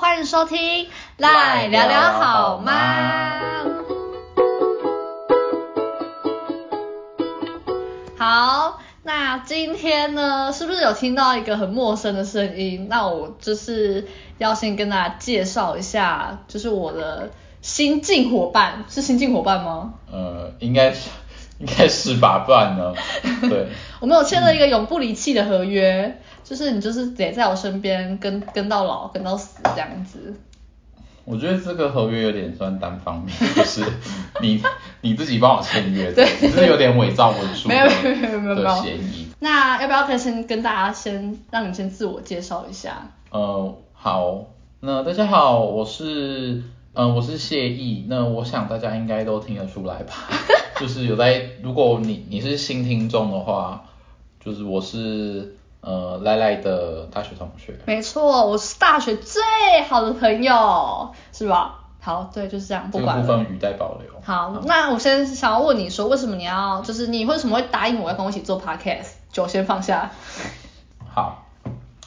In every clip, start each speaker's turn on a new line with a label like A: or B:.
A: 欢迎收听《来聊聊好吗》。好，那今天呢，是不是有听到一个很陌生的声音？那我就是要先跟大家介绍一下，就是我的新进伙伴，是新进伙伴吗？
B: 呃，应该是应该是吧，不然呢？ 对，
A: 我们有签了一个永不离弃的合约，就是你就是得在我身边跟跟到老，跟到死这样子。
B: 我觉得这个合约有点算单方面，就是你你自己帮我签约的，
A: 对
B: 只是有点伪造文书
A: 没
B: 的
A: 有没有没有没有没
B: 的
A: 有
B: 嫌疑。
A: 那要不要可以先跟大家先让你先自我介绍一下？
B: 呃，好，那大家好，我是嗯、呃我是谢毅，那我想大家应该都听得出来 吧，就是有在，如果你你是新听众的话，就是我是呃赖赖的大学同学，
A: 没错，我是大学最好的朋友，是吧？好，对，就是这样，不
B: 这个
A: 管
B: 部
A: 了。
B: 分语带保留。
A: 好，那我先想要问你说，为什么你要，就是你为什么会答应我要跟我一起做 podcast？酒先放下。
B: 好，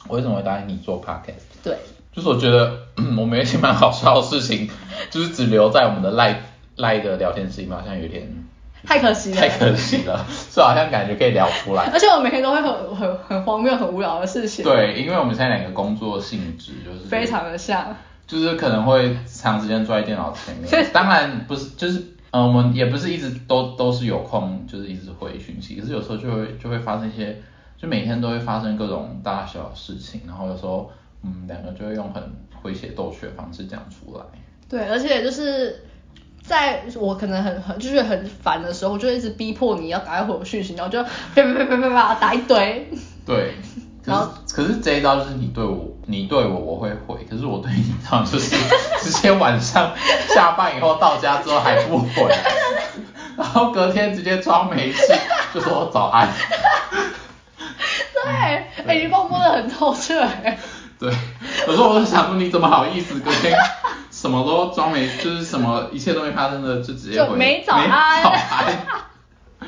B: 我为什么会答应你做 podcast？
A: 对，
B: 就是我觉得嗯我们有一些蛮好笑的事情， 就是只留在我们的赖赖的聊天室里面，好像有点
A: 太可惜了。
B: 太可惜了，所以好像感觉可以聊出来。
A: 而且我每天都会很很很荒谬、很无聊的事情，，
B: 对，因为我们现在两个工作性质就是
A: 啊非常的像。
B: 就是可能会长时间坐在电脑前面，当然不是，就是嗯、呃我们也不是一直都都是有空，就是一直回讯息，可是有时候就会就会发生一些，就每天都会发生各种大大小小的事情，然后有时候嗯两个就会用很诙谐逗趣的方式讲出来，
A: 对，而且就是在我可能很很就是很烦的时候，我就一直逼迫你要赶快回我讯息，然后就啪啪啪啪啪啪打一堆。
B: 对。可
A: 然
B: 是
A: 后
B: 可是这一招就是你对我，你对我我会回，可是我对你好像就是 直接晚上下班以后到家之后还不回， 然后隔天直接装没事就说早安。
A: 对，哎、你帮我摸得很透彻、哎
B: 对，有时候我就想说，你怎么好意思隔天什么都装没，就是什么一切都没发生的，就直接
A: 就
B: 回
A: 没早安
B: 没早安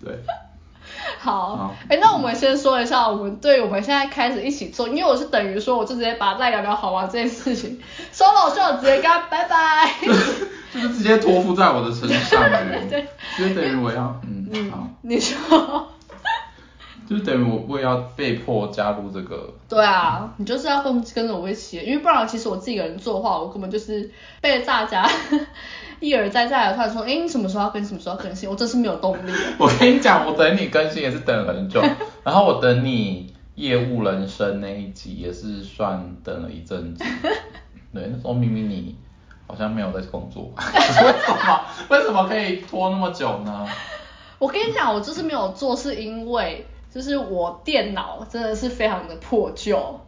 B: 对，
A: 好
B: 好，
A: 哎、那我们先说一下，我们对我们现在开始一起做，因为我是等于说，我就直接把赖聊聊好玩这件事情 收了，我就直接跟他拜拜。
B: 就是直接托付在我的身上了
A: 对，
B: 就是等于我要，嗯，好，
A: 你说，
B: 就是等于我我也要被迫加入这个，
A: 对啊，你就是要跟跟着我一起，因为不然其实我自己一个人做的话，我根本就是被大家 一而再再而三地说，哎、你什么时候要更新，什么时候要更新，我真是没有动力。
B: 我跟你讲，我等你更新也是等很久，然后我等你业务人生那一集也是算等了一 阵子。对，那时候明明你好像没有在工作，为什么为什么可以拖那么久呢？
A: 我跟你讲，我就是没有做，是因为就是我电脑真的是非常的破旧。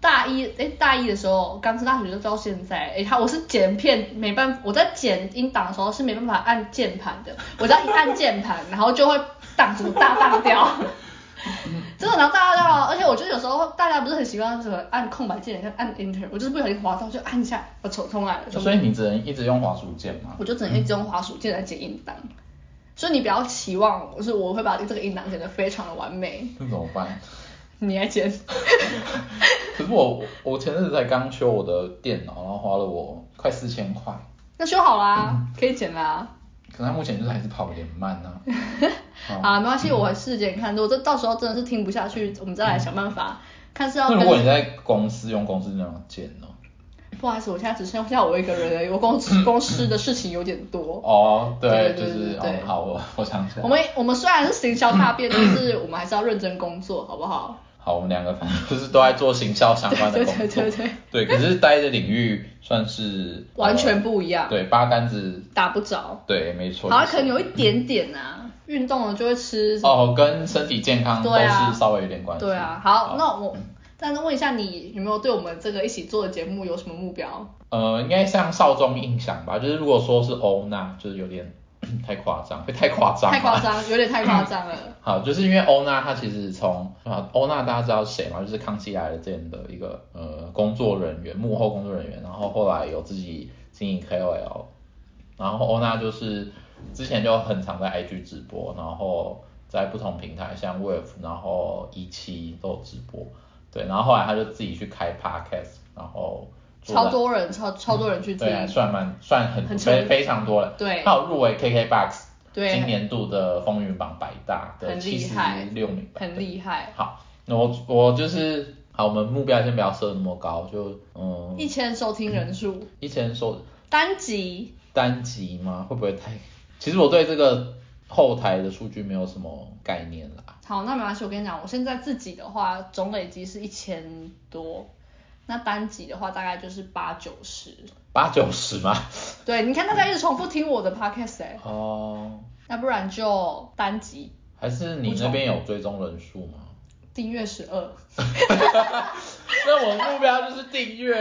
A: 大一哎、大一的时候，刚上大学就到现在，哎、他我是剪片没办法，我在剪音档的时候是没办法按键盘的，我只要一按键盘，然后就会档整个大荡掉。真的，然后大家掉，而且我就有时候大家不是很习惯什么按空白键，像按 Enter，我就是不小心滑到就按一下，我重重来了，重
B: 所以你只能一直用滑鼠键嘛。
A: 我就只能一直用滑鼠键来剪音档，所以你不要期望，就是我会把这个音档剪得非常的完美，
B: 那怎么办？
A: 你来剪。
B: 可是我我前阵子才刚修我的电脑，然后花了我快四千块，
A: 那修好啦，可以剪啦。
B: 可是它目前就是还是跑得有点慢啊呢、好
A: 啊，没关系，我还试剪看，如果这到时候真的是听不下去，我们再来想办法，看是要
B: 那如果你
A: 跟。
B: 在公司用公司那种哦键呢？
A: 不好意思，我现在只剩下我一个人而已，我公司公司的事情有点多。
B: 哦，
A: 对
B: 对，
A: 对
B: 就是
A: 对
B: 哦，好，我我想起来
A: 我。们我们虽然是行销大变，但是我们还是要认真工作，好不好？
B: 好，我们两个反正就是都在做行销相关的
A: 对
B: 工
A: 对
B: 作，
A: 对对，
B: 对可是待的领域算是
A: 完全
B: 不、
A: 不一样，
B: 对八竿子，
A: 打不着。
B: 对，没错。
A: 好像
B: 就是嗯
A: 可能有一点点啊，运动了就会吃什么
B: 哦，跟身体健康都
A: 对啊
B: 是稍微有点关系。
A: 对啊，好，那我但是问一下你有没有对我们这个一起做的节目有什么目标？
B: 呃，应该像少中印象吧，就是如果说是欧娜，就是有点 太夸张，会太夸张，啊嗯
A: 太夸。张，有点太夸张了。
B: 好，就是因为欧娜她其实从啊，欧娜大家知道谁嘛？就是《康熙来了》这样的一个呃工作人员，幕后工作人员，然后后来有自己经营 KOL，然后欧娜就是之前就很常在 IG 直播，然后在不同平台像 Wave，然后一期都有直播，对，然后后来她就自己去开 Podcast，然后 做
A: 超
B: 了
A: 多人，超超多人去听
B: 对，啊，算蛮算很
A: 很成
B: 非
A: 功
B: 非常多了。
A: 对
B: 还有入围 KKBOX
A: 对
B: 今年度的风云榜百大的
A: 很
B: 七
A: 厉
B: 十
A: 害
B: 六名吧，
A: 很
B: 对
A: 厉害，
B: 好，那我我就是好，我们目标先不要设那么高，就嗯
A: 一千收听人数，
B: 一千收
A: 单集
B: 单集吗？会不会太？其实我对这个后台的数据没有什么概念啦。
A: 好，那没关系，我跟你讲，我现在自己的话总累积是一千多，那单集的话大概就是八九十。
B: 八九十吗？
A: 对，你看大家一直重复听我的 podcast 哎、
B: 哦，
A: 那不然就单集
B: 还是你那边有追踪人数吗？
A: 订阅十二，
B: 那我的目标就是订阅。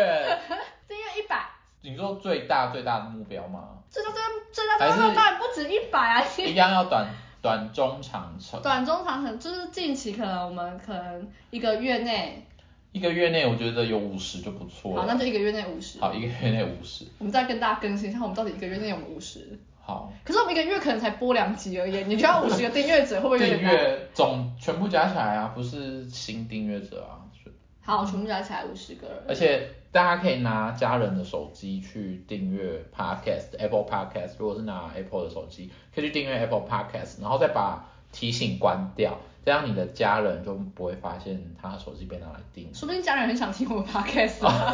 A: 订阅一百，
B: 你说最大最大的目 标吗？
A: 最大最大最大最大当然不止一百啊！
B: 一样要短短中长程。
A: 短中长程就是近期可能我们可能一个月内，
B: 一个月内我觉得有五十就不错了。
A: 好，那就一个月内五十。
B: 好，一个月内五十。
A: 我们再跟大家更新一下，我们到底一个月内有没有五十？
B: 好，
A: 可是我们一个月可能才播两集而已，你就要五十个订阅者，会不会有
B: 订
A: 点难？
B: 阅总全部加起来啊，不是新订阅者啊。所以
A: 好，全部加起来五十个人。
B: 而且大家可以拿家人的手机去订阅 Podcast，Apple Podcast，如果是拿 Apple 的手机，可以去订阅 Apple Podcast，然后再把提醒关掉，这样你的家人就不会发现他的手机被拿来订。
A: 说不定家人很想听我们 podcast 啊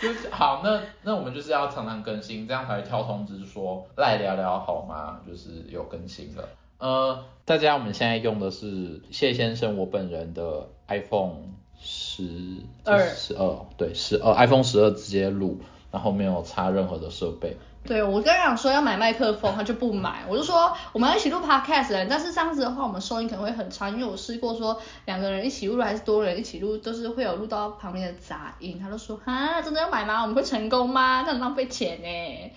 B: 就是好，那那我们就是要常常更新，这样才会跳通知说赖聊聊好吗？就是有更新了。呃，大家我们现在用的是谢先生我本人的 iPhone 十
A: 二
B: 十二对十二 iPhone 十二直接录，然后没有插任何的设备。
A: 对，我跟他讲说要买麦克风，他就不买。我就说我们要一起录 podcast，的但是这样子的话，我们收音可能会很差，因为我试过说两个人一起录还是多人一起录，就是会有录到旁边的杂音。他就说啊，真的要买吗？我们会成功吗？那很浪费钱呢。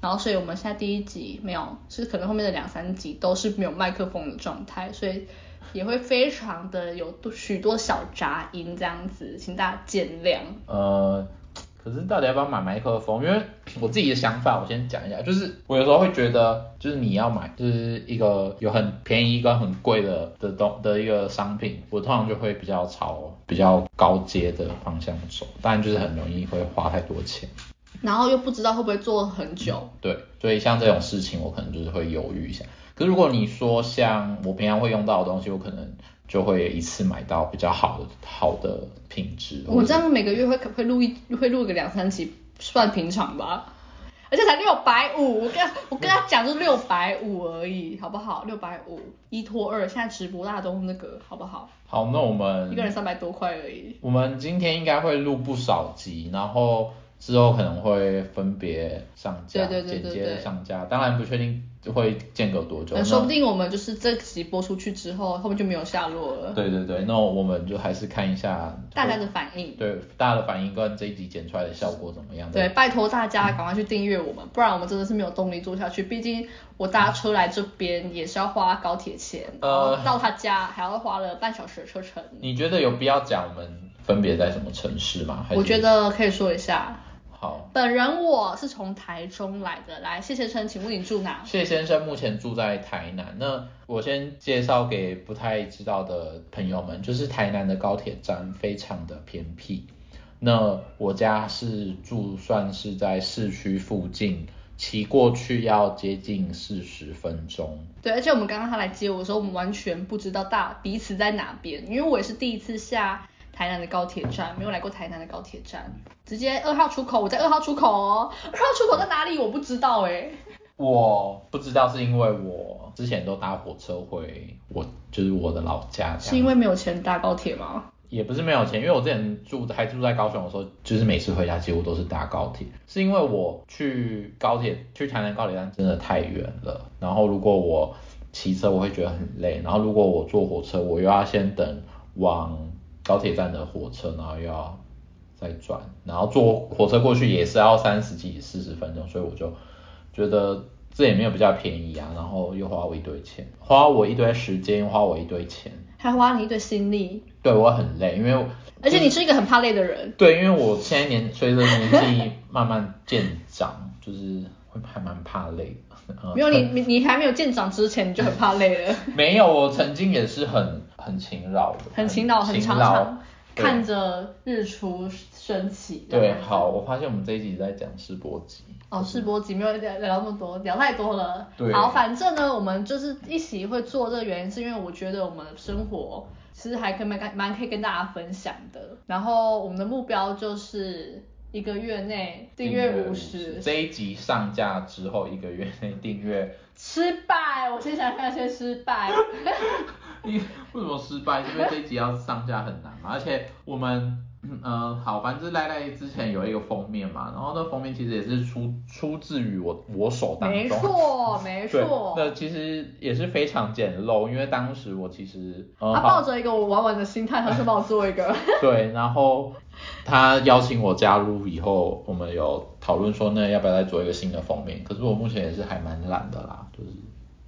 A: 然后，所以我们现在第一集没有，是可能后面的两三集都是没有麦克风的状态，所以也会非常的有多许多小杂音这样子，请大家见谅。
B: 呃，可是到底要不要买麦克风？因为我自己的想法，我先讲一下，就是我有时候会觉得，就是你要买，就是一个有很便宜跟很贵的的东的一个商品，我通常就会比较朝比较高阶的方向走，但就是很容易会花太多钱。
A: 然后又不知道会不会做很久，
B: 对，所以像这种事情，我可能就是会犹豫一下。可是如果你说像我平常会用到的东西，我可能就会一次买到比较好的好的品质。
A: 我这样每个月会会录一会录个两三期，算平常吧。而且才六百五，我跟我跟他讲就六百五而已，好不好？六百五一拖二，现在直播大家都那个，好不好？
B: 好，那我们
A: 一个人三百多块而已。
B: 我们今天应该会录不少集，然后之后可能会分别上架，
A: 对对对对
B: 剪接
A: 对
B: 上架。当然不确定会间隔多久，
A: 呃
B: 那
A: 说不定我们就是这集播出去之后，后面就没有下落了。
B: 对对对，那我们就还是看一下
A: 大家的反应，
B: 对大家的反应跟这一集剪出来的效果怎么样。
A: 对，拜托大家赶快去订阅我们，不然我们真的是没有动力做下去。毕竟我搭车来这边也是要花高铁钱，然后
B: 呃
A: 到他家还要花了半小时的车程。
B: 你觉得有必要讲我们分别在什么城市吗？还是
A: 我觉得可以说一下，
B: 好。
A: 本人我是从台中来的，来谢先生，请问你住哪？
B: 谢先生目前住在台南，那我先介绍给不太知道的朋友们，就是台南的高铁站非常的偏僻。那我家是住算是在市区附近，骑过去要接近四十分钟。
A: 对，而且我们刚刚他来接我的时候，我们完全不知道大彼此在哪边，因为我也是第一次下台南的高铁站，没有来过台南的高铁站，直接二号出口，我在二号出口哦，二号出口在哪里我不知道哎、
B: 我不知道是因为我之前都搭火车回我就是我的老家，这
A: 是
B: 样
A: 因为没有钱搭高铁吗？
B: 也不是没有钱，因为我之前住还住在高雄的时候，就是每次回家几乎都是搭高铁，是因为我去高铁去台南高铁站真的太远了，然后如果我骑车我会觉得很累，然后如果我坐火车，我又要先等往高铁站的火车，然后又要再转，然后坐火车过去也是要三十几四十分钟，所以我就觉得这也没有比较便宜啊，然后又花我一堆钱，花我一堆时间，又花我一堆钱。
A: 还花你一堆心力，
B: 对我很累，因为我
A: 而且你是一个很怕累的人，
B: 对，因为我现在年随着年纪慢慢渐长，就是会还蛮怕累的。呃
A: 没有你你你还没有见长之前你就很怕累了。
B: 没有，我曾经也是很很勤劳的，
A: 很勤劳很
B: 勤
A: 常
B: 劳
A: 常
B: 对
A: 看着日出升起。这
B: 对
A: 样，子
B: 好，我发现我们这一集在讲世博集。
A: 哦，世博集没有聊聊那么多，聊太多了。
B: 对
A: 好，反正呢，我们就是一起会做这个原因，是因为我觉得我们的生活其实还可以蛮蛮可以跟大家分享的。然后我们的目标就是一个月内订阅五十，
B: 这一集上架之后一个月内订阅，
A: 失败。我先想看先失 败。
B: 你为什么失败？是因为这一集要上架很难嘛，而且我们。嗯呃，好，反正就是赖赖之前有一个封面嘛，然后那封面其实也是出出自于我我手当中，
A: 没错，没
B: 对
A: 错。
B: 那其实也是非常简陋，因为当时我其实呃、
A: 他
B: 好
A: 啊抱着一个我玩玩的心态，他就帮我做一个。
B: 对，然后他邀请我加入以后，我们有讨论说那要不要再做一个新的封面，可是我目前也是还蛮懒的啦，就是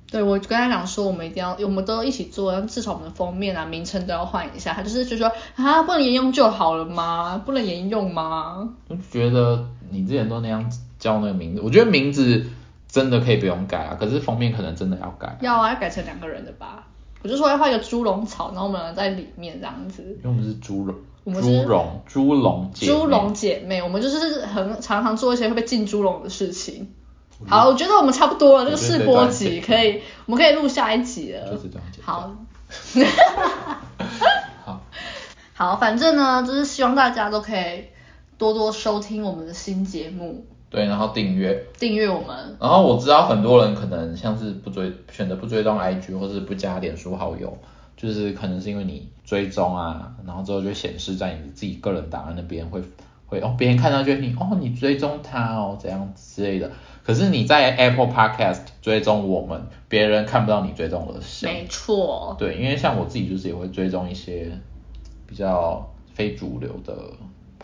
A: 对，我跟他讲说，我们一定要，我们都一起做，至少我们的封面啊、名称都要换一下。他就是就说啊，不能沿用就好了吗？不能沿用吗？
B: 我就觉得你之前都那样叫那个名字，我觉得名字真的可以不用改啊，可是封面可能真的要改啊，
A: 要啊，要改成两个人的吧。我就说要画一个猪笼草，然后我们在里面这样子。
B: 因为我们是猪笼，
A: 我们
B: 猪
A: 是
B: 笼，猪笼姐妹，
A: 猪笼姐妹，我们就是很常常做一些会被进猪笼的事情。好，我觉得我们差不多了，这个
B: 我觉得
A: 试
B: 这
A: 播
B: 段
A: 集
B: 剪
A: 可以，我们可以录下一集了。
B: 就是这样简单
A: 好，
B: 好，
A: 好，反正呢，就是希望大家都可以多多收听我们的新节目，
B: 对，然后订阅。
A: 订阅我们。
B: 然后我知道很多人可能像是不追，选择不追踪 IG 或是不加脸书好友，就是可能是因为你追踪啊，然后之后就显示在你自己个人档案那边会会哦，别人看到就会你哦你追踪他哦怎样之类的。可是你在 Apple Podcast 追踪我们，别人看不到你追踪我的谁。
A: 没错，
B: 对，因为像我自己就是也会追踪一些比较非主流的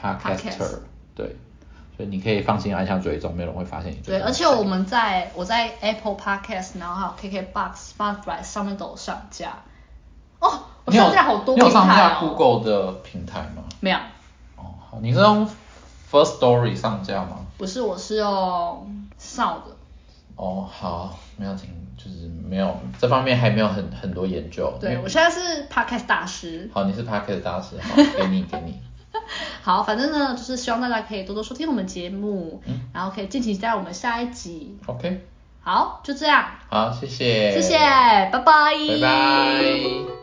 A: Podcast
B: podcaster，对，所以你可以放心按下追踪，没有人会发现你追
A: 对，
B: 踪
A: 而且
B: 谁
A: 我们在我在 Apple Podcast，然后还有 KKBox、Spotify 上面都有上架。哦，我
B: 你有
A: 上架好多
B: 你
A: 平
B: 有上
A: 台
B: 架
A: 哦。
B: Google 的平台吗？
A: 没有，
B: 哦，好，你是用 First Story 上架吗？
A: 不是，我是用 Sound 的。
B: 哦，好，没有听，就是没有这方面还没有很很多研究。
A: 对，我现在是 Podcast 大师。
B: 好，你是 Pocket 大师， 好，给你给你。
A: 好，反正呢，就是希望大家可以多多收听我们节目，然后可以敬请期待我们下一集。
B: OK，
A: 好，就这样，
B: 好，谢谢，
A: 谢谢，拜拜，
B: 拜拜。